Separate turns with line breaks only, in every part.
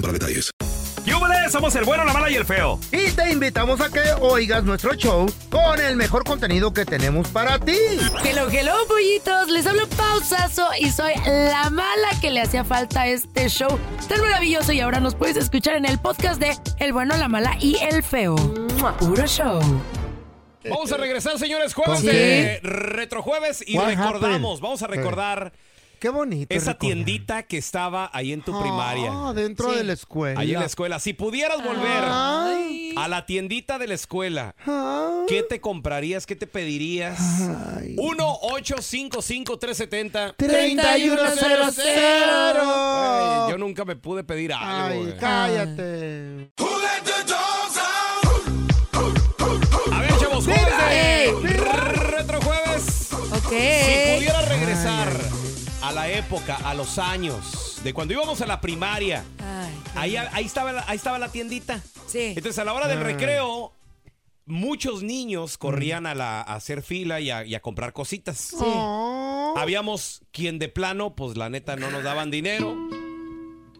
para detalles.
¡Yúbele! Somos el bueno, la mala y el feo.
Y te invitamos a que oigas nuestro show con el mejor contenido que tenemos para ti.
Hello, hello, pollitos. Les hablo pausazo y soy la mala que le hacía falta a este show tan maravilloso. Y ahora nos puedes escuchar en el podcast de El bueno, la mala y el feo. Puro show.
Vamos a regresar, señores, jueves
Eh,
de
¿Con qué?
retrojueves y
What
recordamos,
happened? Eh,
vamos a recordar
Qué bonito.
esa
recordar.
tiendita que estaba ahí en tu
Ah,
primaria,
dentro
Sí.
de la escuela.
ahí en la escuela. Si pudieras volver
Ay,
a la tiendita de la escuela,
ay.
¿qué te comprarías? ¿Qué te pedirías? 1-855-370.
3100.
Ay, Yo nunca me pude pedir algo.
Ay,
güey. Ah.
cállate.
A ver, chavos, jueves de
Eh,
Ey.
retrojueves.
Ok.
Si pudiera regresar a la época, a los años, de cuando íbamos a la primaria,
Ay,
ahí, ahí, estaba, la- ahí estaba la tiendita.
sí.
Entonces, a la hora del recreo, muchos niños corrían a, la, a hacer fila y a, y a comprar cositas.
Oh.
Habíamos quien de plano, pues la neta no nos daban dinero.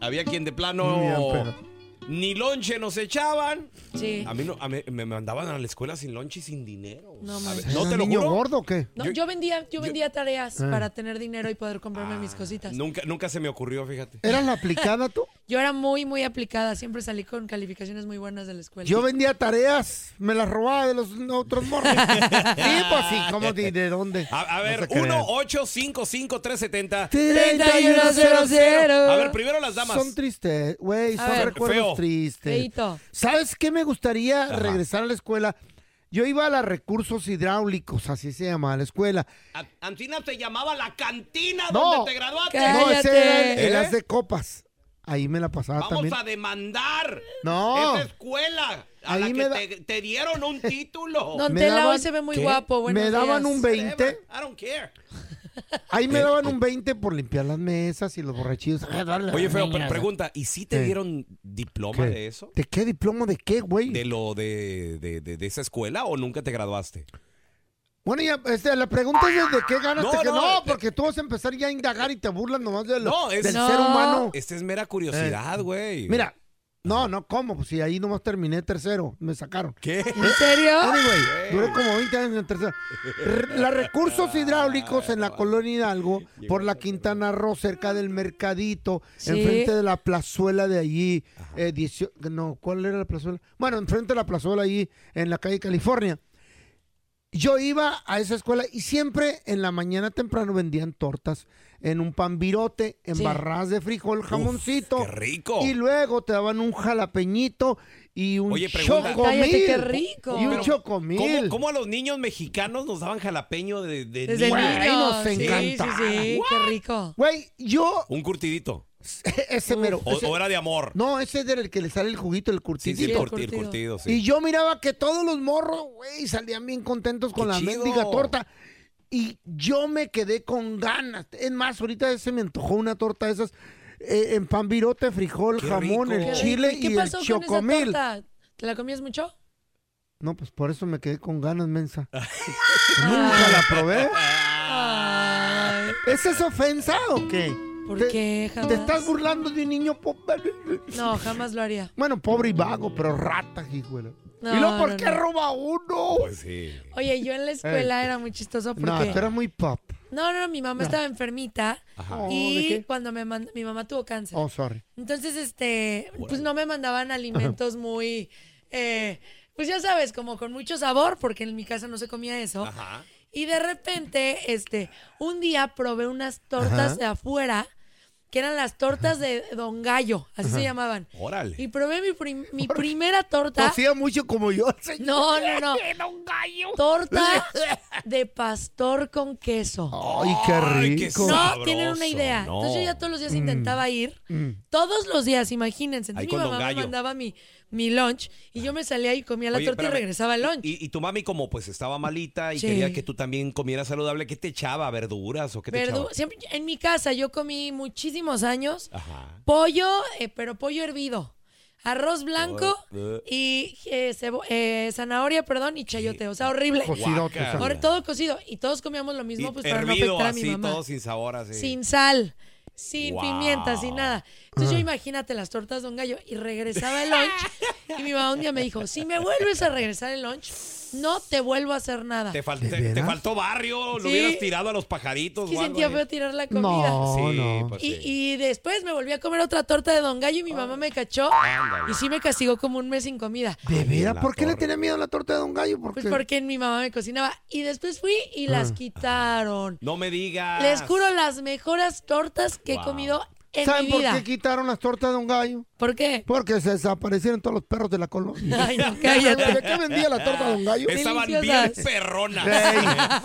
Había quien de
Muy bien,
plano
pero-
ni lonche nos echaban.
sí.
A mí no- a mí- me mandaban a la escuela sin lonche y sin dinero.
No
A
manches.
ver, no te lo
niño
juro.
gordo o qué?
No,
yo-
yo, vendía, yo vendía tareas
Ah.
para tener dinero y poder comprarme mis cositas.
Nunca, nunca se me ocurrió, fíjate.
¿Eras la aplicada tú?
Yo era muy, muy aplicada. Siempre salí con calificaciones muy buenas de la escuela.
Yo vendía tareas, me las robaba de los otros morros. sí, pues sí, ¿cómo de, de dónde?
A, a ver, 1-855-370.
3100.
A ver, primero las damas.
Son tristes, güey,
A
son
ver.
recuerdos
Feo.
tristes.
Feito.
¿Sabes qué me gustaría regresar a la escuela? Yo iba a la recursos hidráulicos, así se llama, a la escuela.
A- Antina te llamaba la cantina
No.
donde te graduaste.
¿Qué?
No, ese era el,
Cállate.
el
¿Eh?
as de copas. Ahí me la pasaba
Vamos
Ah, también.
a demandar
No.
esa escuela a
Ahí
la
me
que
da-
te, te dieron un título.
Don
Me
Tela hoy
daban-
se ve muy
¿Qué?
guapo. buenos
me daban
días.
un
Whatever,
20,
I don't care.
ahí me daban un 20 por limpiar las mesas y los borrachillos.
Eh, Oye, feo, pre- pregunta, ¿y si te
¿Qué?
dieron diploma
¿Qué?
de eso?
¿De qué diploma de qué, güey?
¿De lo de, de, de- de esa escuela o nunca te graduaste?
Bueno, ya, este, la pregunta es de qué ganas
No,
te que
no,
no,
eh,
porque tú vas a empezar ya a indagar y te burlas nomás de lo-
No, es-
del
No.
ser humano.
Esta es mera curiosidad, güey.
Eh, Mira, no, no, ¿cómo? Pues si ahí nomás terminé tercero, me sacaron.
¿Qué?
¿En serio?
Anyway, duré Ah, como 20 años en tercero. R- Los recursos hidráulicos en
Ah,
la colonia Hidalgo, por la Quintana Roo, cerca del mercadito,
Sí.
enfrente de la plazuela de allí, eh, 18 no, ¿cuál era la plazuela? Bueno, enfrente de la plazuela allí, en la calle California. Yo iba a esa escuela y siempre en la mañana temprano vendían tortas en un pan virote, en
Sí.
barras de frijol, jamoncito.
qué rico.
Y luego te daban un jalapeñito y un
Oye, pregunta.
chocomil.
Cállate, qué rico.
Y un
Pero,
chocomil.
¿Cómo, cómo a los niños mexicanos nos daban jalapeño de, de
Desde
niño?
Güey,
niños.
nos
Sí,
encantaba.
Sí, sí, qué rico.
Güey, yo.
Un curtidito.
Ese mero.
O,
ese-
o era de amor.
no, ese era el que le sale el juguito, el
sí,
curtidito.
sí, el
el
curti- el curtido,
curtido.
sí.
Y yo miraba que todos los morros, güey, salían bien contentos con
¡Qué
la
chido!
mendiga torta. Y yo me quedé con ganas. Es más, ahorita se me antojó una torta de esas. eh, en pan virote, frijol,
Qué
jamón,
rico.
el
Qué
chile
¿Y
y,
qué
el
pasó con esa
chocomil.
torta? ¿Te la comías mucho?
No, pues por eso me quedé con ganas, mensa. Pues Nunca la probé.
Ay,
¿Esa es ofensa o qué?
¿por
Te-
qué jamás?
Te estás burlando de un niño pobre.
No, jamás lo haría.
Bueno, pobre y vago, pero rata, hijuela.
No,
¿Y luego por
no,
qué
no.
roba uno?
Pues sí.
Oye, yo en la escuela era muy chistoso porque...
No, tú eras muy pop.
No, no, mi mamá estaba enfermita
Oh, ¿de
y
qué?
cuando me mand- mi mamá tuvo cáncer.
Oh, sorry.
Entonces, este, pues no me mandaban alimentos muy, eh, pues ya sabes, como con mucho sabor, porque en mi casa no se comía eso.
Ajá.
Y de repente, este, un día probé unas tortas de afuera, que eran las tortas de Don Gallo, así se llamaban.
Órale.
Y probé mi, prim- mi primera torta.
Hacía mucho como yo, señor.
No, no, no. Torta de pastor con queso.
Ay, qué
Ay, qué
rico.
No
Sabroso,
tienen una idea.
no. Mm.
Entonces yo ya todos los días intentaba ir. Todos los días, imagínense.
Ahí
Entonces
con
mi
Don
mamá me
Gallo.
mandaba mi, mi lunch y yo me salía y comía la
Oye,
torta y
espérame.
regresaba al lunch.
Y, y tu mami, como pues estaba malita y
Sí.
quería que tú también comieras saludable, ¿qué te echaba? ¿Verduras o qué te
Verdu-
echaba?
siempre, en mi casa yo comí muchísimos años
Ajá.
pollo, eh, pero pollo hervido. Arroz blanco
eh.
y eh, cebo- eh, zanahoria, perdón, y chayote. O sea, horrible.
Cocidote,
Guácala.
Hor-
¿sabes?
todo cocido. Y todos comíamos lo mismo,
Y
pues para no
hervido
afectar a mi
así,
mamá.
todo sin sabor así.
sin sal, sin
Wow.
pimienta, sin nada. Entonces yo
Ah.
imagínate las tortas de un gallo y regresaba el lunch y mi mamá un día me dijo, si me vuelves a regresar el lunch, no te vuelvo a hacer nada.
Te, fal-
¿De
te- te
veras?
faltó barrio,
Sí.
lo hubieras tirado a los pajaritos
Y
o algo
sentía
ahí.
feo tirar la comida.
No,
Sí,
no.
pues
Y,
sí.
y después me volví a comer otra torta de Don Gallo y mi mamá me cachó y sí me castigó como un mes sin comida.
¿De veras?
la
¿Por qué le
torre.
tenía miedo a la torta de Don Gallo? ¿Por
Pues
qué?
porque mi mamá me cocinaba. Y después fui y
Ah.
las quitaron.
No me digas.
Les juro las mejores tortas que he
Wow.
comido en
¿Saben
mi
por
vida.
qué quitaron las tortas de Don Gallo?
¿Por qué?
Porque se desaparecieron todos los perros de la colonia.
Ay, no, cállate.
¿De qué vendía la torta de Don Gallo?
Estaban bien
deliciosas.
perronas.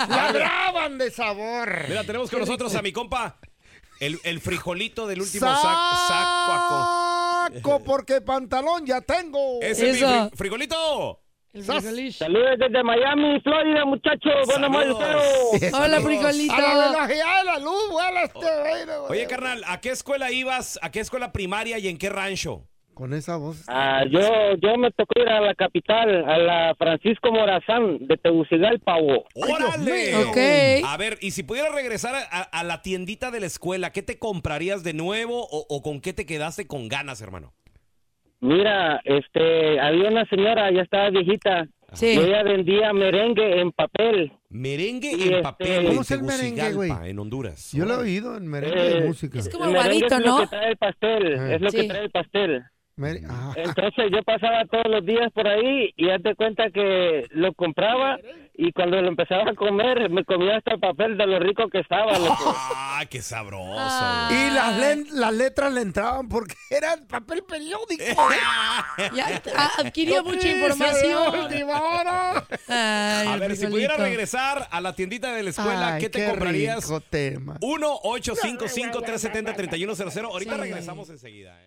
¡Ladraban de sabor!
Mira, tenemos con nosotros a mi compa, el, el frijolito del último sac- saco.
Saco, porque pantalón ya tengo.
Es mi
Eso.
fri- frijolito.
El
Sas.
frijolish.
Saludos desde Miami, Florida, muchachos. Buenas
Saludos.
noches.
Hola,
A la
frijolito.
velocidad de la luz, vuela este aire, güey.
Oye, carnal, ¿a qué escuela ibas? ¿A qué escuela primaria y en qué rancho?
Con esa voz.
Ah, yo, yo me tocó ir a la capital, a la Francisco Morazán de Tegucigalpa. bo.
¡Órale!
mío. Ok.
A ver, y si pudieras regresar a, a- a la tiendita de la escuela, ¿qué te comprarías de nuevo o, o con qué te quedaste con ganas, hermano?
Mira, este, había una señora, ya estaba viejita,
Sí.
y ella vendía merengue en papel.
Merengue en
Sí, este-
papel
¿Cómo
en
es el merengue,
Tegucigalpa,
güey?
en Honduras.
Yo lo he oído en merengue de
Eh,
música.
Es como
El merengue
aguadito,
es lo
¿no?
que trae el pastel,
Ajá.
es lo
Sí.
que trae el pastel.
Mere- Ah,
Entonces yo pasaba todos los días por ahí y hazte cuenta que lo compraba y cuando lo empezaba a comer me comía hasta el papel de lo rico que estaba. loco.
¡Ah, qué sabroso!
Ah.
Y las, len- las letras le entraban porque eran papel periódico.
Eh.
Ya a- adquirió mucha
Esa de
información.
última hora.
Ay,
A
el
ver, si
frijolito.
pudieras regresar a la tiendita de la escuela,
Ay,
¿qué te comprarías?
rico tema.
1-855-370-3100. Ahorita
Sí.
regresamos enseguida. ¿eh?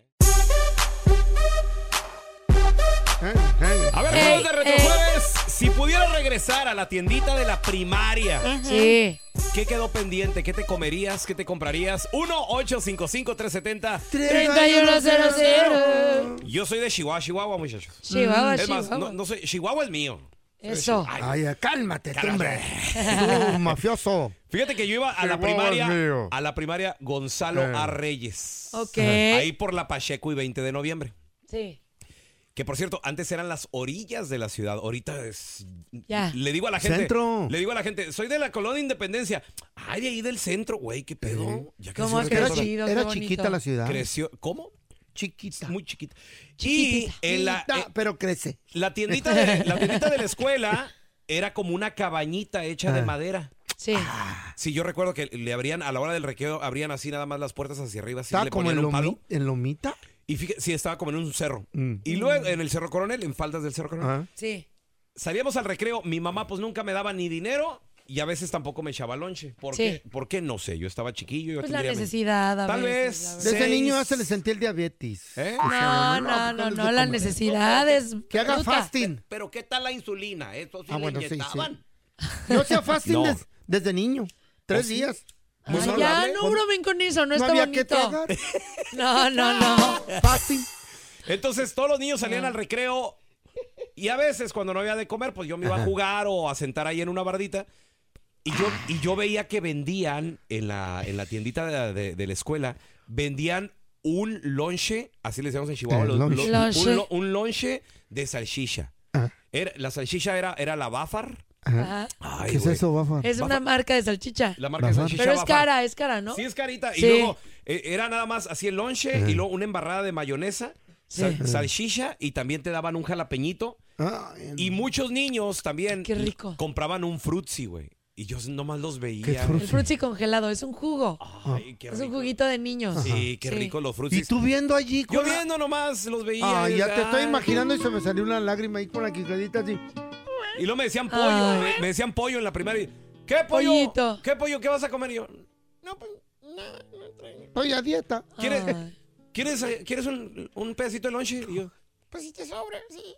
Eh, eh.
A ver,
Ey,
juegos de Retro
ey.
Jueves, si pudieras regresar a la tiendita de la primaria,
Sí.
¿qué quedó pendiente? ¿Qué te comerías? ¿Qué te comprarías? 1-855-370.
3100.
Yo soy de Chihuahua, Chihuahua, muchachos.
Oh,
Chihuahua,
Es más, no,
Chihuahua.
no soy, Chihuahua es mío.
Eso.
Ay, cálmate, tú,
Cálmate.
hombre. Tú, mafioso.
Fíjate que yo iba a la
Chihuahua es mío.
primaria, a la primaria Gonzalo
Eh.
A. Reyes.
Ok.
Ahí por la Pacheco y 20 de noviembre.
Sí.
Que por cierto, antes eran las orillas de la ciudad. Ahorita es.
Ya.
Le digo a la gente.
Centro.
Le digo a la gente, soy de la colonia Independencia. Ay, de ahí del centro, güey, qué pedo. Ya
¿Cómo
creció
Qué
Era,
la
chi-
persona.
chido, qué
era
bonito.
chiquita la ciudad.
Creció. ¿Cómo?
Chiquita.
Muy chiquita.
Chiquitita.
Y en la,
Chiquita,
eh,
pero crece.
la tiendita de, la tiendita de la escuela era como una cabañita hecha
Ah.
de madera.
Sí.
Sí, yo recuerdo que le abrían, a la hora del recreo, abrían así nada más las puertas hacia arriba, así
Estaba
le
como en,
ponían un
lomi-
palo.
Mm. en lomita.
Y fíjate, sí, estaba como en un cerro. Y luego en el Cerro Coronel, en faldas del Cerro Coronel.
Ajá.
Sí.
pues salíamos al recreo, mi mamá pues nunca me daba ni dinero y a veces tampoco me echaba lonche. ¿Por,
Sí.
qué? ¿Por qué? No sé, yo estaba chiquillo. Yo
Pues la
tendría veinte.
necesidad. a
Tal
veces,
vez.
la
Desde
Seis.
niño ya se le sentía el diabetes.
¿Eh?
verdad. No,
pues,
no, no, no. La necesidad es.
Que haga
bruta.
fasting.
Pero ¿qué tal la insulina? Eso sí
Ah,
le
bueno, sí, sí.
inyectaban.
Yo hacía fasting
No.
des- desde niño. Tres
¿Oh, sí?
días.
Ay, ya, no bromen con eso, no,
Pues, No
está
había que
bonito.
tragar.
No, no, no.
Entonces todos los niños salían al recreo y a veces cuando no había de comer, pues yo me iba a
Ajá.
jugar o a sentar ahí en una bardita. Y yo, y yo veía que vendían en la, en la tiendita de, la- de- de la escuela, vendían un lonche, así le decíamos en Chihuahua,
El
los- los-
lonche.
un,
Lonche.
lo- un lonche de salchicha. Era- la salchicha era, era la Bafar.
Ah.
Ajá.
¿Qué es eso, Bafa?
Es una marca de salchicha.
La marca de Bafar. salchicha
Pero es
Bafar.
cara, es cara, ¿no?
Sí, es carita. Y
Sí.
luego eh, era nada más así el lonche y luego una embarrada de mayonesa, sal-
Sí.
salchicha y también te daban un jalapeñito.
Ah, Mm.
y muchos niños también
rico.
compraban un frutzi, güey. Y yo nomás los veía.
El frutzi congelado, es un jugo.
Ay, qué
es un juguito de niños.
Sí, qué rico los frutsis.
Y tú viendo allí.
Yo
con la-
viendo nomás los veía.
Ah,
y-
ya te estoy
ay.
imaginando y se me salió una lágrima ahí con la quijadita así.
Y luego me decían pollo,
Ay.
me, me decían pollo en la primaria. ¿Qué pollo?
Pollito.
¿Qué pollo? ¿Qué vas a comer? Y yo,
Estoy a dieta.
¿quieres, ¿quieres, eh, ¿quieres un, un pedacito de lonche? Y yo, pues si te sobra, sí.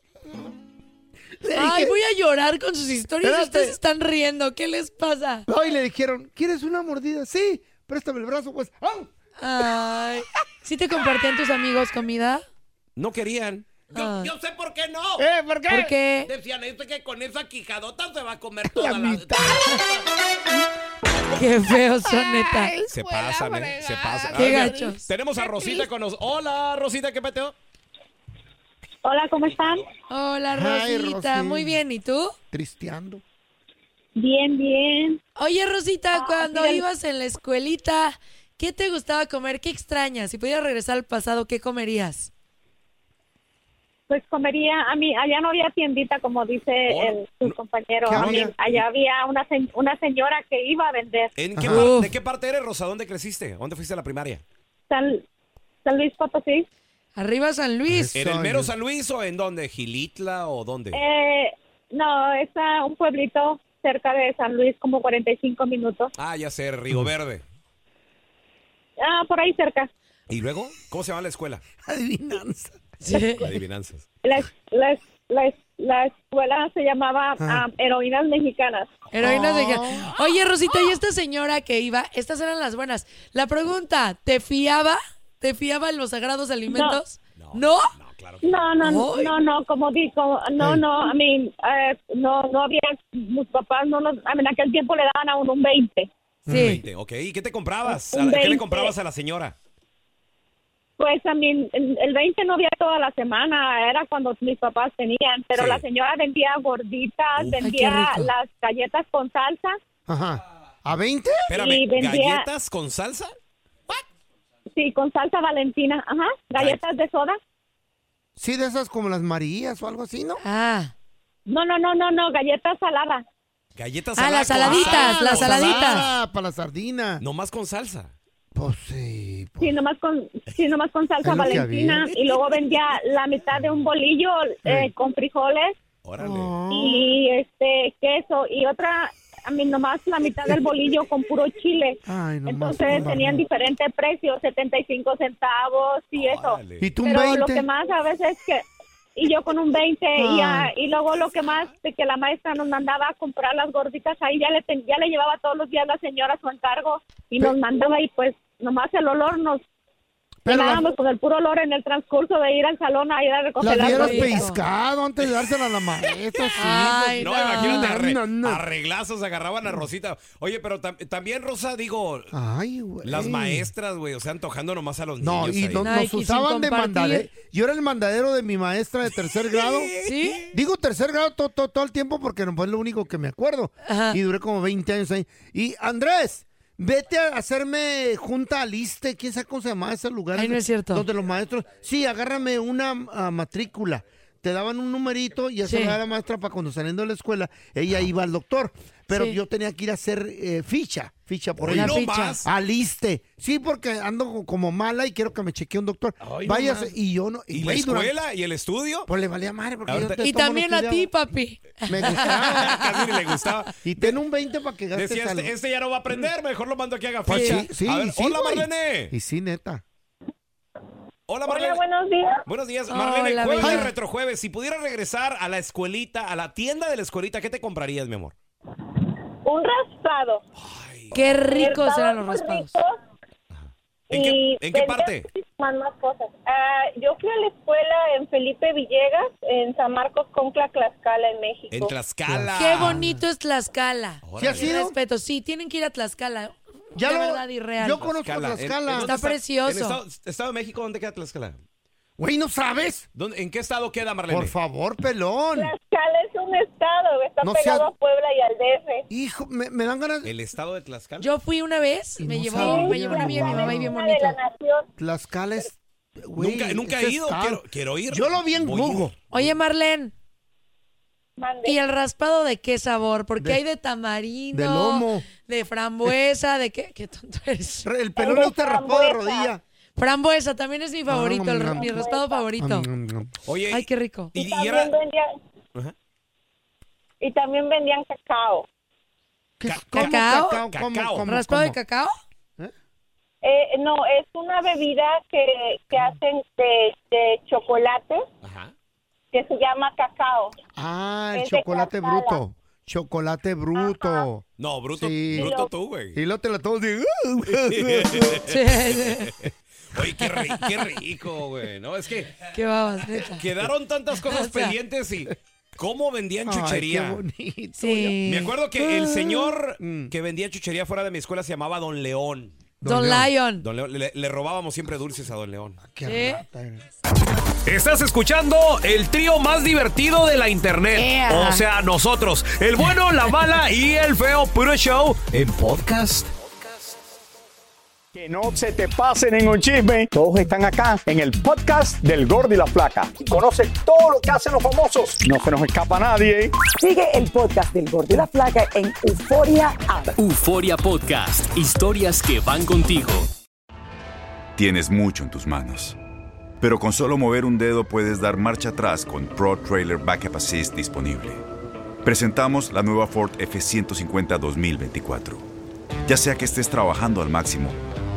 Ay, voy a llorar con sus historias.
Espérate.
Ustedes están riendo. ¿Qué les pasa?
No, y le dijeron, ¿quieres una mordida? Sí, préstame el brazo, pues. ¡Au!
Ay. ¿Sí te compartían tus amigos comida?
No querían.
Ah.
sé por qué no.
Eh, ¿por qué? ¿Por qué?
Decían, esto que con esa quijadota se va a comer toda la...
Qué feos son, neta.
Se pasan, ¿eh? Se pasan.
Qué
Ay, mira,
gachos.
Tenemos a Rosita con nosotros. Hola, Rosita, ¿qué peteo?
Hola, ¿cómo están?
Hola, Rosita.
Ay, Rosy.
Muy bien, ¿y tú?
Tristeando.
Bien, bien. Ah,
Oye, Rosita, cuando
dígale.
ibas en la escuelita, ¿qué te gustaba comer? ¿Qué extrañas? Si pudieras regresar al pasado, ¿qué comerías?
Pues comería, a mí, allá no había tiendita, como dice el, su compañero.
¿Qué
A mí,
había?
allá había una, se- una señora que iba a vender
¿En qué par- ¿De qué parte eres, Rosa? ¿Dónde creciste? ¿Dónde fuiste a la primaria?
San, San Luis Potosí.
Arriba San Luis.
¿En el mero San Luis o en dónde? ¿Gilitla o dónde?
Eh, no, es a un pueblito cerca de San Luis, como 45 minutos.
Ah, ya sé, Río Verde.
Ah, por ahí cerca.
¿Y luego? ¿Cómo se llama la escuela?
Adivinanza.
Adivinanzas.
La, es- la, es- la, es- la escuela se llamaba
Ah.
ah, Heroínas Mexicanas.
Heroínas de guerra.
Oh.
Oye, Rosita, y esta señora que iba, estas eran las buenas. La pregunta, ¿te fiaba? ¿Te fiaba en los sagrados alimentos? No.
No, no,
Ay.
no, no, como digo, no, no, a mí, no, no había, mis papás no nos, a mí en aquel tiempo le daban a uno un 20.
Veinte, Ok, ¿y qué te comprabas?
Un
¿A la- ¿Qué le
veinte.
comprabas a la señora?
Pues a mí, el, el 20 no había toda la semana, era cuando mis papás tenían, pero
Sí.
la señora vendía gorditas,
Uf. Ay,
vendía
qué rico.
las galletas con salsa.
Ajá. ¿A 20?
Espérame,
Y vendía-
¿galletas con salsa?
Sí, con salsa valentina, ajá, galletas de soda.
Sí, de esas como las Marías o algo así, ¿no?
Ah.
No, no, no, no, no, galletas saladas.
Galletas
Ah,
saladas
las
con
saladitas,
salsa.
las
Con
saladitas.
salada,
para la sardina. Pues
Nomás con salsa.
Sí, nomás con, sí, nomás con salsa
Es lo que
valentina
había.
y luego vendía la mitad de un bolillo eh,
Mm.
con frijoles
Ah.
y este queso y otra, a mí nomás la mitad del bolillo con puro chile. Entonces tenían diferentes precios, 75 centavos y eso.
¿Y tú un
Pero lo
20?
que más a veces que y yo con un 20 y, ah,
Ay.
y luego lo que más de que la maestra nos mandaba a comprar las gorditas ahí ya le ten- ya le llevaba todos los días la señora su encargo y nos mandaba y pues nomás el olor nos llenábamos con pues, el puro olor en el transcurso de ir al salón a ir a
Las
recoger las
hubieras
gorditas.
pescado antes de dársela a la maestra. sí, pues.
no, imagínate, arre- arreglazos agarraban a Rosita. Oye, pero tam- también, Rosa, digo,
Ah, Ay, güey.
las maestras, güey, o sea, antojando nomás a los
No,
niños.
y
ahí.
nos, nos usaban de mandadero. Yo era el mandadero de mi maestra de tercer grado.
¿Sí?
Digo tercer grado todo, todo, todo el tiempo porque no fue lo único que me acuerdo. Y duré como 20 años ahí. Y Andrés, vete a hacerme junta aliste. ¿Quién sabe cómo se llama ese lugar?
Ay, no es cierto.
Donde los maestros. Sí, agárrame una ah, matrícula. Te daban un numerito y eso
Sí.
le daba la maestra para cuando saliendo de la escuela, ella iba al doctor. Pero
Sí.
yo tenía que ir a hacer eh, ficha. Ficha por
Hoy
ella.
no Una ficha. más.
Aliste. Sí, porque ando co- como mala y quiero que me chequee un doctor.
no
Váyase.
más.
y yo no.
¿Y la
güey, durante-
escuela? ¿Y el estudio?
Pues le valía madre porque
Ahorita-
yo de
Y
todo modo
también a
estudiaba.
ti, papi.
Me gustaba.
Casi ni le gustaba.
Y ten un 20 para que gastes
Decía,
algo.
este, este ya no va a aprender, mejor lo mando aquí a haga
Pues
ficha.
sí, sí,
A ver,
sí,
hola,
güey.
Marlene.
Y sí, neta.
Hola, Marlene.
buenos días.
Buenos días, Marlene.
Hola,
jueves
bella.
de retrojueves. Si pudiera regresar a la escuelita, a la tienda de la escuelita, ¿qué te comprarías, mi amor?
Un raspado.
Qué ricos
Estaban
eran los
muy
raspados.
ricos
¿En qué-
y
en qué
vendían
parte?
muchísimas más cosas. Ah, yo fui a la escuela en Felipe Villegas, en San Marcos, Concla, Tlaxcala, en México.
Oh,
En Tlaxcala.
Qué bonito es Tlaxcala.
¿Sí has
Mi
ido?
Respeto, sí, tienen que ir a Tlaxcala.
Ya
de
lo-
verdad irreal.
yo conozco Tlaxcala. Tlaxcala.
¿En- en dónde
Está precioso.
¿En estado, estado de México dónde queda Tlaxcala?
Güey, ¿no sabes?
¿Dónde- ¿En qué estado queda, Marlene?
Por favor, pelón.
Tlaxcala es un estado, está
No
pegado
seas-
a Puebla y al DF.
Hijo, me, dan ganas.
¿El estado de Tlaxcala?
Yo fui una vez, me
no
llevó,
sabía.
me llevó una amiga de mi mamá y bien
Una de
bonito.
la nación.
Tlaxcala es. güey,
nunca nunca
ese
he ido.
estado.
Quiero, quiero ir.
Yo lo vi en
Voy a ir.
Google.
Oye, Marlene. ¿Y el raspado de qué sabor? Porque hay de tamarindo,
de lomo.
de frambuesa, de qué, qué tonto eres.
El pelón no te raspó de rodilla.
Frambuesa también es mi favorito, el- mi raspado favorito.
Mm,
Oye.
Ay, qué rico.
Y, también vendían,
Ajá.
y también vendían cacao.
¿Cómo
¿Cacao?
cacao? ¿Cómo,
¿Cacao?
cómo,
¿Raspado de
cómo?
cacao?
Eh, no, es una bebida que, que hacen de, de chocolate que se llama cacao.
Ah, el
Es de
chocolate
Tlaxcala.
bruto. Chocolate bruto.
No, bruto,
Sí.
bruto tú, güey.
Y ¡uh! lo te lo todos de-
Oye, qué, ri- qué rico, güey. No, es que
Qué babas, neta.
quedaron tantas cosas
O sea.
pendientes y cómo vendían
Ay,
chuchería.
qué bonito. Mm.
Sí.
Me acuerdo que el señor que vendía chuchería fuera de mi escuela se llamaba Don León.
Don Lion.
Don León, le, le robábamos siempre dulces a Don León.
Eh,
¿Sí?
Estás escuchando el trío más divertido de la internet.
Ea.
O sea, nosotros, el bueno, la mala y el feo puro show en podcast.
Que no se te pase ningún chisme. Todos están acá en el podcast del Gordi y la Flaca. Y Conoce todo lo que hacen los famosos. No se nos escapa nadie. Sigue el podcast del Gordi y la Flaca en Euforia
Euforia Podcast. Historias que van contigo.
Tienes mucho en tus manos. Pero con solo mover un dedo puedes dar marcha atrás con Pro Trailer Backup Assist disponible. Presentamos la nueva Ford F150 2024. Ya sea que estés trabajando al máximo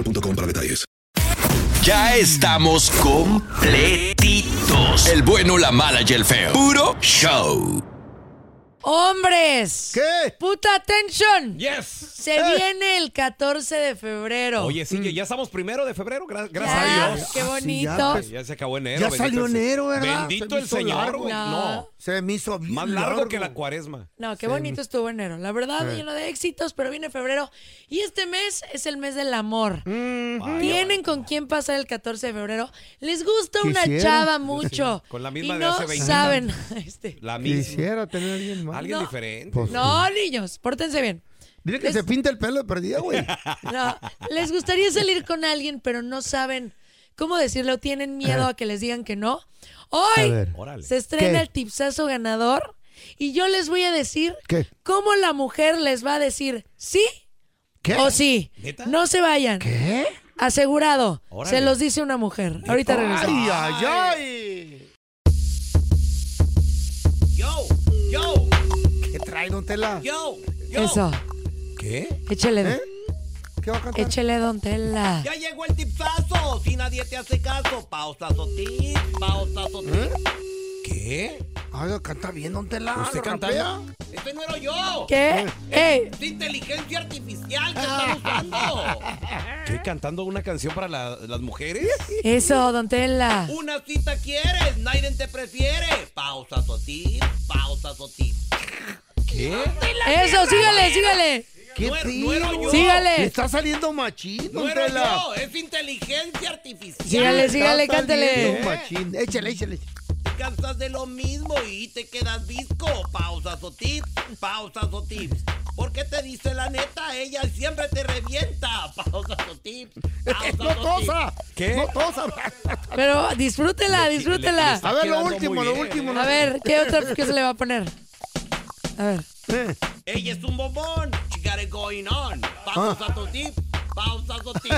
para detalles.
Ya estamos completitos. El bueno, la mala y el feo. Puro show.
¡Hombres! ¿Qué? ¡Puta atención!
¡Yes!
Se viene el 14 de febrero.
Oye, sí,
Mm.
que ya estamos primero de febrero, gra- gracias
Ya,
a Dios.
qué
Ah, sí, ya
bonito.
empezó.
pues,
ya, se acabó enero.
Ya
bendito
salió
el se-
enero, ¿verdad? Se
Bendito
me
el
hizo
Señor,
largo.
güey.
No.
No.
Se me hizo bien
Más largo,
largo.
que la cuaresma.
No, qué
Sí.
bonito estuvo enero. La verdad,
Sí.
lleno de éxitos, pero viene febrero. Y este mes es el mes del amor.
Mm-hmm.
Tienen con quién pasar el 14 de febrero. Les gusta una
Quisiera.
chava mucho.
Con la misma
y
de
no
hace 20
saben.
años.
Este,
La misma.
Quisiera tener a alguien más.
Alguien
No.
diferente.
Pues,
no, niños, pórtense bien.
Dile que se pinta el pelo de perdida, güey.
No, les gustaría salir con alguien, pero no saben cómo decirlo, tienen miedo a que les digan que no.
A
Hoy
ver.
se estrena
¿Qué?
el tipsazo ganador y yo les voy a decir
¿Qué?
cómo la mujer les va a decir sí o sí. No se vayan.
¿Qué?
Asegurado.
Órale.
Se los dice una mujer. Ahorita regresamos.
Ay, ay, ay.
Yo, yo.
¿Qué trae, don Tela?
Yo,
Eso.
¿Qué?
Échele.
¿Eh? ¿Qué va a
Eh,
cantar?
Échele, don Tela.
Ya llegó el
¿Eh?
tipazo, si nadie te hace caso, pausa sotín, pausa sotín.
¿Qué?
Oiga, canta bien, ¿dónde la
¿Usted
lo
canta?
rapea?
Este no era yo.
¿Qué?
¡Eh! Es inteligencia artificial que están usando.
¿Estoy cantando una canción para la- las mujeres?
Eso, don Tela.
Una cita quieres, Naiden te prefiere. Pausa, Sotín. Pausa, Sotín.
¿Qué?
Eso, sígale, sígale.
¿Qué
era yo.
Sígale.
Le está saliendo machín,
No
don
era
Tela.
yo, es inteligencia artificial.
Le
Sígale,
está
sígale,
saliendo
cántele.
machín. Échale, échale.
Te cansas de lo mismo y te quedas visco. Pausa, Sotín. Pausa, Sotín. Porque te dice la neta, ella siempre te revienta. Pausa, Sotín. Pausa,
No tosa.
¿Qué?
No tosa.
Pero disfrútela, disfrútela.
A ver, lo último, lo último.
A ver, ¿qué otra que se le va a poner? A ver.
Ella es un bombón. She got it going on. Pausa, Sotín. Pausa, Sotín.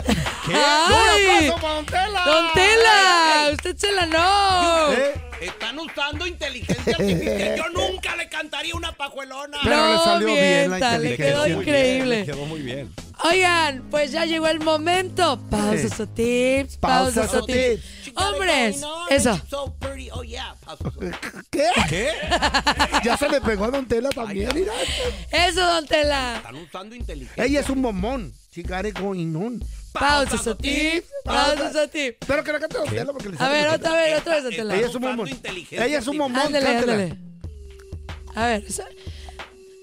¿Qué? ¡Ay!
¡Un aplauso para Don Tela!
¡Don Tela! ¡Usted se la no!
¿Eh? Están usando inteligencia artificial. Yo nunca le cantaría una pajuelona.
Pero le salió No bien la mienta, le inteligencia. quedó
muy bien,
increíble.
le quedó muy bien.
Oigan, pues ya llegó el momento. Pausas o tips, pausas
Pausas o
o tips. Hombres, eso.
oh,
¿Qué? ¿Qué? ya se le pegó a Don Tela también, mira.
Eso, don Tela.
Están usando inteligencia.
Ella es un bombón. Chicare going on.
Pausas o tips, pausas o tips.
ah, Pero que la cante Don Tela porque le
A
sale
ver,
mejor.
otra vez, otra vez, don Tela.
Ella es un bombón. Ella es un bombón.
Ándale,
cántela.
ándale. A ver, eso.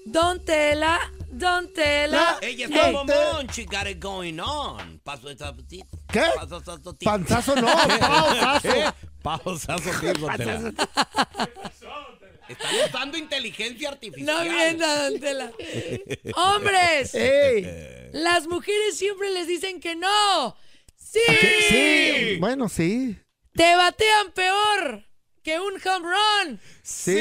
Don Tela, don Tela.
Ella es
Ey.
un bombón. She got it going on. Paso de zapotito.
¿Qué?
Paso de zapotito.
Panzazo no, pausazo.
¿Qué?
Pausazo, tío, don Tela.
Están usando inteligencia artificial.
No mienta, don Tela. ¡Hombres!
Eh.
Las mujeres siempre les dicen que no. ¡Sí!
Sí. Bueno, sí.
¡Te batean peor que un home run!
Sí.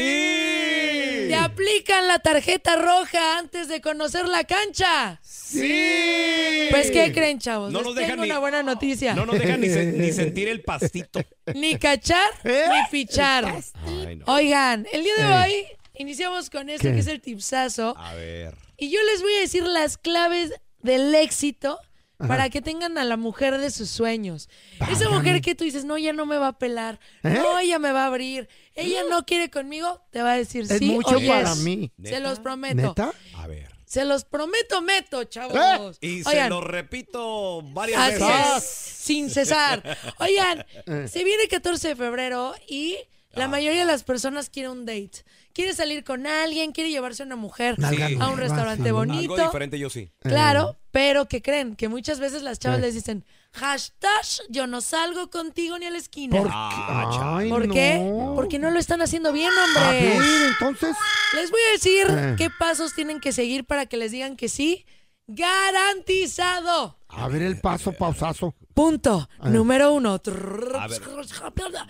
¡Te aplican la tarjeta roja antes de conocer la cancha!
¡Sí!
Pues, ¿qué creen, chavos?
No
Les
nos dejan
tengo
ni-
una buena noticia.
No nos dejan ni, se- ni sentir el pastito.
Ni cachar, ni fichar.
¿Eh? Ay, no.
Oigan, el día de
Eh.
hoy iniciamos con esto
¿Qué?
que es el tipsazo.
A ver.
Y yo les voy a decir las claves del éxito
Ajá.
para que tengan a la mujer de sus sueños. Esa mujer que tú dices, no, ella no me va a pelar,
¿Eh?
no, ella me va a abrir,
¿Eh?
ella no quiere conmigo, te va a decir
Es
sí
mucho
o yes.
para mí.
Se los prometo.
¿Neta?
A ver.
Se los prometo, meto, chavos.
¿Eh? Y se
Oigan,
lo repito varias
así es,
veces.
sin cesar. Oigan, se viene el 14 de febrero y la
Ah.
mayoría de las personas quiere un date. Quiere salir con alguien, quiere llevarse a una mujer
Sí.
a un restaurante bonito.
Algo diferente yo sí.
Claro, pero que creen que muchas veces las chavas
Eh.
les dicen hashtag yo no salgo contigo ni a la esquina.
¿Por qué? Ah, chale.
¿Por
Ay,
qué?
no. Ah, pues.
Porque no lo están haciendo bien,
A
hombre.
ver, entonces.
Les voy a decir
Eh.
qué pasos tienen que seguir para que les digan que sí. Garantizado.
A ver el paso, pausazo.
Punto. Número uno.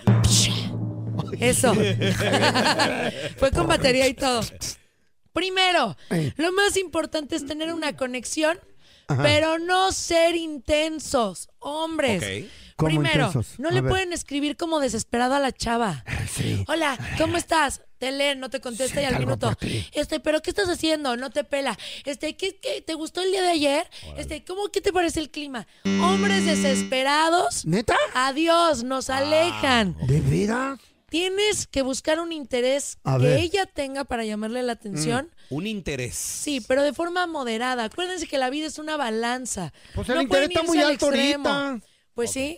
Eso. Fue con batería y todo. Primero, lo más importante es tener una conexión,
Ajá.
pero no ser intensos, hombres.
Ok. ¿Cómo
Primero,
intensos?
no
A
le
ver.
pueden escribir como desesperado a la chava. Hola, ¿cómo estás? Te lee, no te contesta y al minuto. Este, pero ¿qué estás haciendo? No te pela. Este, ¿qué, qué- te gustó el día de ayer? Este, ¿cómo qué te parece el clima? Hombres desesperados.
¿Neta? Ah,
Adiós, nos alejan.
¿De veras?
Tienes que buscar un interés
A
que
ver.
ella tenga para llamarle la atención.
Mm.
Un interés.
Sí, pero de forma moderada. Acuérdense que la vida es una balanza.
Pues el
No
interés
pueden
está
irse
muy
al
alto
extremo.
ahorita.
Pues sí.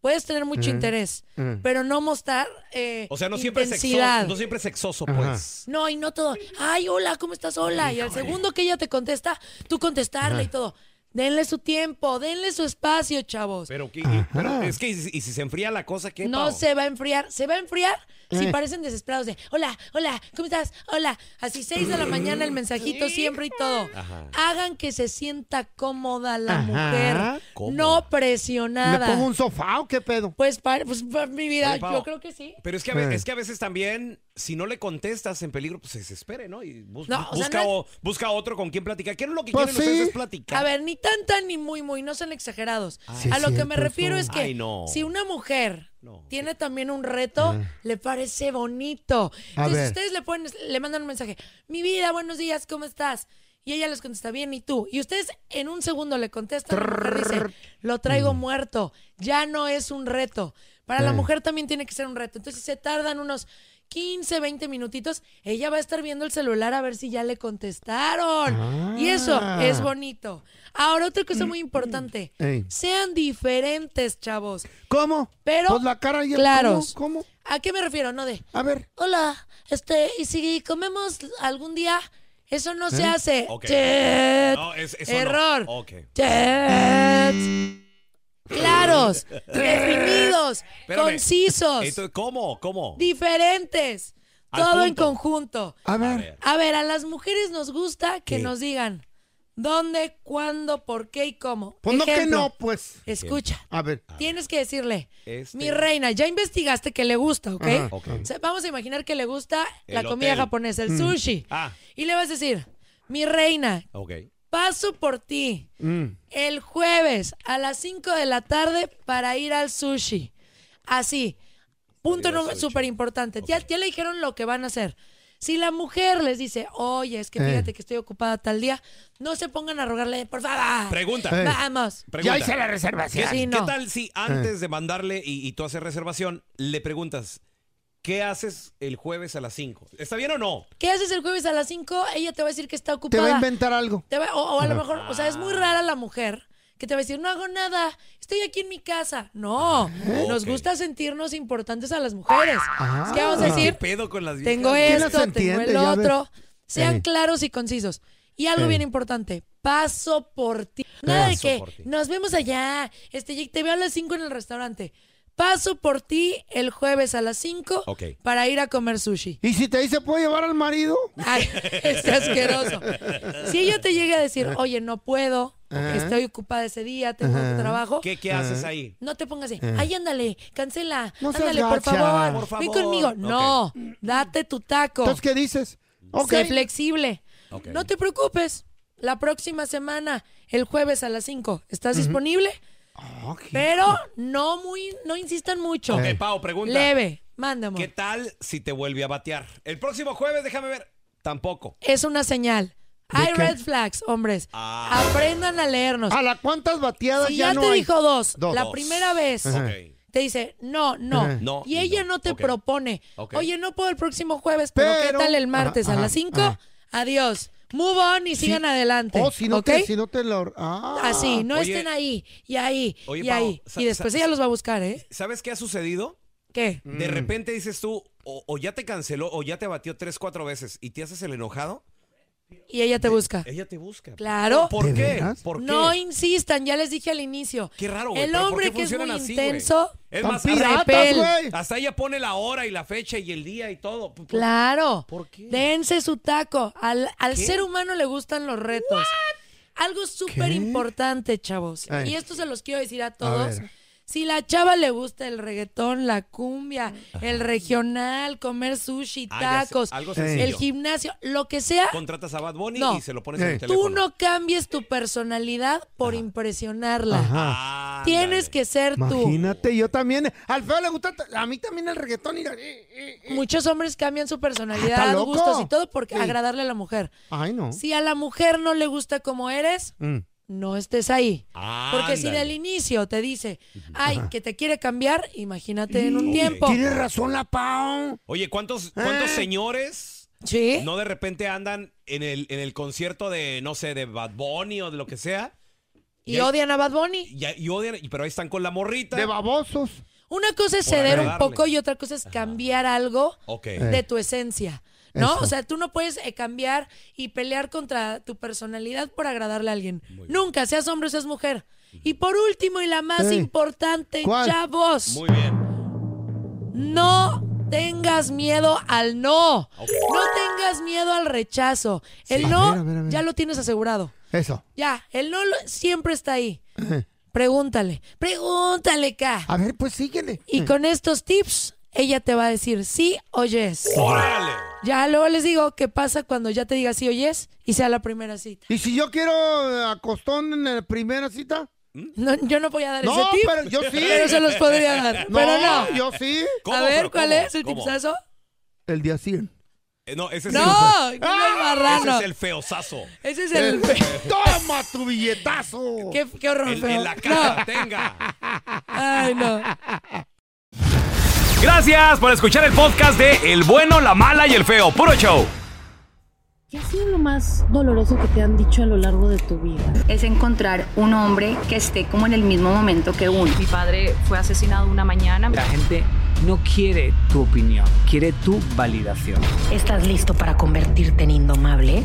Puedes tener mucho
Ujú.
interés,
Ujú.
pero no mostrar eh,
O sea, no siempre,
intensidad.
sexoso, no siempre sexoso,
Ajá.
pues.
No, y no todo. Ay, hola, ¿cómo estás? Hola. Y al segundo que ella te contesta, tú contestarle
Ajá.
y todo. Denle su tiempo, denle su espacio, chavos.
Pero, ¿qué- pero es que, y, si- y si se enfría la cosa, ¿qué?
no
Pao?
se va a enfriar. Se va a enfriar si
Eh.
parecen desesperados de hola, hola, ¿cómo estás? Hola. Así seis de la mañana el mensajito siempre y todo.
Ajá.
Hagan que se sienta cómoda la
Ajá.
mujer.
Cómoda.
No
¿Le
presionada.
pongo un sofá o qué pedo?
Pues, para, pues pa- mi vida,
Oye, Pao,
yo creo que sí.
Pero es que, a ve-
Eh.
es que a veces también, si no le contestas en peligro, pues se desespere, ¿no? Y bus-
No, o sea,
busca,
no
o- busca otro con quien platicar. ¿Qué es lo que
Pues
quieren ustedes?
sí.
Es platicar.
A ver, ni tan tan ni muy muy, no son exagerados.
Ah, Sí,
a
es
lo que me
cierto
refiero
eso.
es que
Ay, no.
si una mujer tiene también un reto, le parece bonito.
A
Entonces
ver.
ustedes le ponen, le mandan un mensaje, mi vida, buenos días, ¿cómo estás? Y ella les contesta bien, ¿y tú? Y ustedes en
Mm.
un segundo le contestan, la mujer dice, lo traigo muerto, ya no es un reto. Para la
Ah.
Sí.
mujer también tiene que ser un reto. Entonces, si se tardan unos 15, 20 minutitos, ella va a estar viendo el celular a ver si ya le contestaron. Y eso
Ah.
es bonito. Ahora, otra cosa muy importante.
Mm.
Ey.
Sean diferentes, chavos.
¿Cómo?
Pero
Pues la cara ya-
claros.
¿cómo? ¿Cómo?
¿A qué me refiero? No de.
A ver.
Hola, este, y si comemos algún día, eso no se
¿Eh?
hace.
Ok.
Chet.
No, es- eso no.
Error.
Ok.
Chet. Claros, definidos,
Espérame.
concisos,
Entonces, ¿Cómo? ¿Cómo?
diferentes,
Al
todo en
punto.
conjunto.
A ver.
A ver, a las mujeres nos gusta que
¿Qué?
nos digan dónde, cuándo, por qué y cómo.
Pues no que
Ejemplo,
no, pues.
Escucha.
A ver.
Tienes que decirle,
Este-
mi reina, ya investigaste que le gusta, ¿ok?
Ajá, ok.
O sea, vamos a imaginar que le gusta
El
la comida
hotel.
japonesa, el
Mm.
sushi.
Ah.
Y le vas a decir, mi reina,
Ok.
paso por ti
Mm.
el jueves a las 5 de la tarde para ir al sushi. Así. Punto súper importante. Ya, ya le dijeron lo que van a hacer. Si la mujer les dice, oye, es que
Eh.
fíjate que estoy ocupada tal día, no se pongan a rogarle, por favor.
Pregunta.
Eh. Vamos.
Pregunta. ¿Qué,
Sí,
qué
no.
tal si antes de mandarle y, y tú haces reservación, le preguntas, ¿qué haces el jueves a las 5? ¿Está bien o no?
¿Qué haces el jueves a las 5? Ella te va a decir que está
Te
ocupada.
va a inventar algo.
Te va- o, o a lo
Ajá.
mejor, o sea, es muy rara la mujer que te va a decir, no hago nada, estoy aquí en mi casa. No, nos gusta sentirnos importantes a las mujeres. Es que vamos a
¿Qué
decir,
pedo con las viejas?
tengo esto, tengo el
Ya ves.
otro. Sean
Ey.
claros y concisos. Y algo
Ey.
bien importante, paso por ti. Nada
Paso
de
por
que nos vemos allá, este, Jake, te veo a las 5 en el restaurante. Paso por ti el jueves a las 5
Ok.
para ir a comer sushi.
¿Y si te dice, puedo llevar al marido?
Ay, es asqueroso. Si ella te llega a decir, oye, no puedo,
Ajá.
estoy ocupada ese día, tengo
Ajá.
otro trabajo.
¿Qué- qué haces Ajá. ahí?
No te pongas así,
Ajá.
ay, ándale, cancela,
No seas
ándale, por
gacha.
favor,
Por
ven
favor.
conmigo. No, date tu taco.
Entonces, ¿qué dices? Ok.
Sé flexible.
Ok.
No te preocupes, la próxima semana, el jueves a las 5, ¿estás
Ujú.
disponible? Pero no muy, no insistan mucho.
Ok, Eh, Pau, pregunta.
Leve, mándame.
¿Qué tal si te vuelve a batear? El próximo jueves, déjame ver. Tampoco.
es una señal. Hay red flags, hombres.
Ah.
Aprendan a leernos.
¿A la cuántas bateadas
Si
ya
ya
no
te
hay?
dijo dos,
Dos.
la
Dos.
primera vez
Ajá.
te dice no, no,
Ajá. No
y ella no, te propone.
Ok.
Oye, no puedo el próximo jueves, pero, ¿qué
Pero-
tal el martes
Ajá,
a
ajá,
las 5?
ajá.
Adiós. Move on y
Sí.
sigan adelante.
Oh, si no
¿ok?
te, si no te lo. Ah.
Así, no
Oye.
estén ahí y ahí
Oye,
y
Pao,
ahí.
sa-
Y después
sa-
ella los va a buscar, ¿eh?
¿Sabes qué ha sucedido?
¿Qué?
De repente dices tú, o, o ya te canceló, o ya te batió tres, cuatro veces, y te haces el enojado.
Y ella te busca.
Ella te busca.
Claro.
¿Por qué? Eh, ¿Por qué?
No insistan, ya les dije al inicio.
Qué raro, güey,
El
pero ¿por
hombre
qué
que es muy
funcionan así, güey?
intenso.
Es más,
repel.
hasta, hasta ella pone la hora y la fecha y el día y todo. P- p-
Claro.
¿Por qué?
Dense su taco. Al, al
¿Qué?
ser humano le gustan los retos. Algo súper importante, chavos.
Ay.
Y esto se los quiero decir a
A
todos.
ver.
si la chava le gusta el reggaetón, la cumbia, el regional, comer sushi,
Ah, ya sé,
tacos,
algo sencillo.
el gimnasio, lo que sea,
Contratas a Bad Bunny
No.
y se lo pones en el
tú
teléfono.
no cambies tu personalidad por impresionarla.
Ajá.
Tienes que ser tú.
Imagínate, yo también. Al feo le gusta. ta- A mí también el reggaetón. eh, mira.
Muchos hombres cambian su
Ah,
personalidad,
¿está loco?
gustos y todo por
Sí.
agradarle a la mujer.
Ay, no.
Si a la mujer no le gusta como eres,
Mm.
no estés ahí. Porque si
Ándale.
del inicio te dice, ay,
Ajá.
que te quiere cambiar, imagínate en un
Ok.
tiempo.
Tienes
razón la Pau.
Oye, ¿cuántos,
Ah.
cuántos señores
¿Sí?
no de repente andan en el, en el concierto de, no sé, de Bad Bunny o de lo que sea?
Y odian a Bad Bunny.
Y, y odian, y- pero ahí están con la morrita.
De babosos.
Una cosa es
Por
ceder un
agradarle.
poco y otra cosa es cambiar algo
Ok.
de tu esencia. ¿No?
Eso.
O sea, tú no puedes eh, cambiar y pelear contra tu personalidad por agradarle a alguien. Nunca, seas hombre o seas mujer. Y por último y la más
Ey,
importante,
¿cuál?
chavos.
Muy
bien.
No tengas miedo al no. No tengas miedo al rechazo. El
A
no
ver, a ver, a ver.
ya lo tienes asegurado.
Eso.
Ya, el no lo- siempre está ahí. Pregúntale, pregúntale, K.
A ver, pues síguele.
Y con estos tips, ella te va a decir sí o yes. Ya luego les digo qué pasa cuando ya te diga sí o yes y sea la primera cita.
¿Y si yo quiero eh, acostón en la primera cita?
No, yo no voy a dar
No,
ese tip.
pero yo sí.
Pero se los podría dar.
No,
pero no.
yo sí.
A
¿Cómo,
ver,
pero
¿cuál
cómo?
es el
¿Cómo?
tipsazo?
El día 100.
Eh, no, ese es
No,
el...
pues.
no, el marrano.
Ese es el feosazo.
Ese es el...
¡Toma tu billetazo!
Qué, qué horror,
El-
feo.
en la cara,
No.
tenga.
Ay, no.
Gracias por escuchar el podcast de El bueno, la mala y el feo. Puro show.
¿Qué ha sido lo más doloroso que te han dicho a lo largo de tu vida?
es encontrar un hombre que esté como en el mismo momento que uno. Mi padre fue asesinado una mañana.
La gente no quiere tu opinión, quiere tu validación.
¿Estás listo para convertirte en indomable?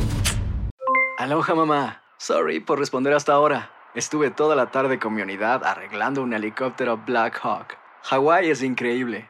Aloha mamá. Sorry por responder hasta ahora. Estuve toda la tarde con mi unidad arreglando un helicóptero Black Hawk. Hawái es increíble.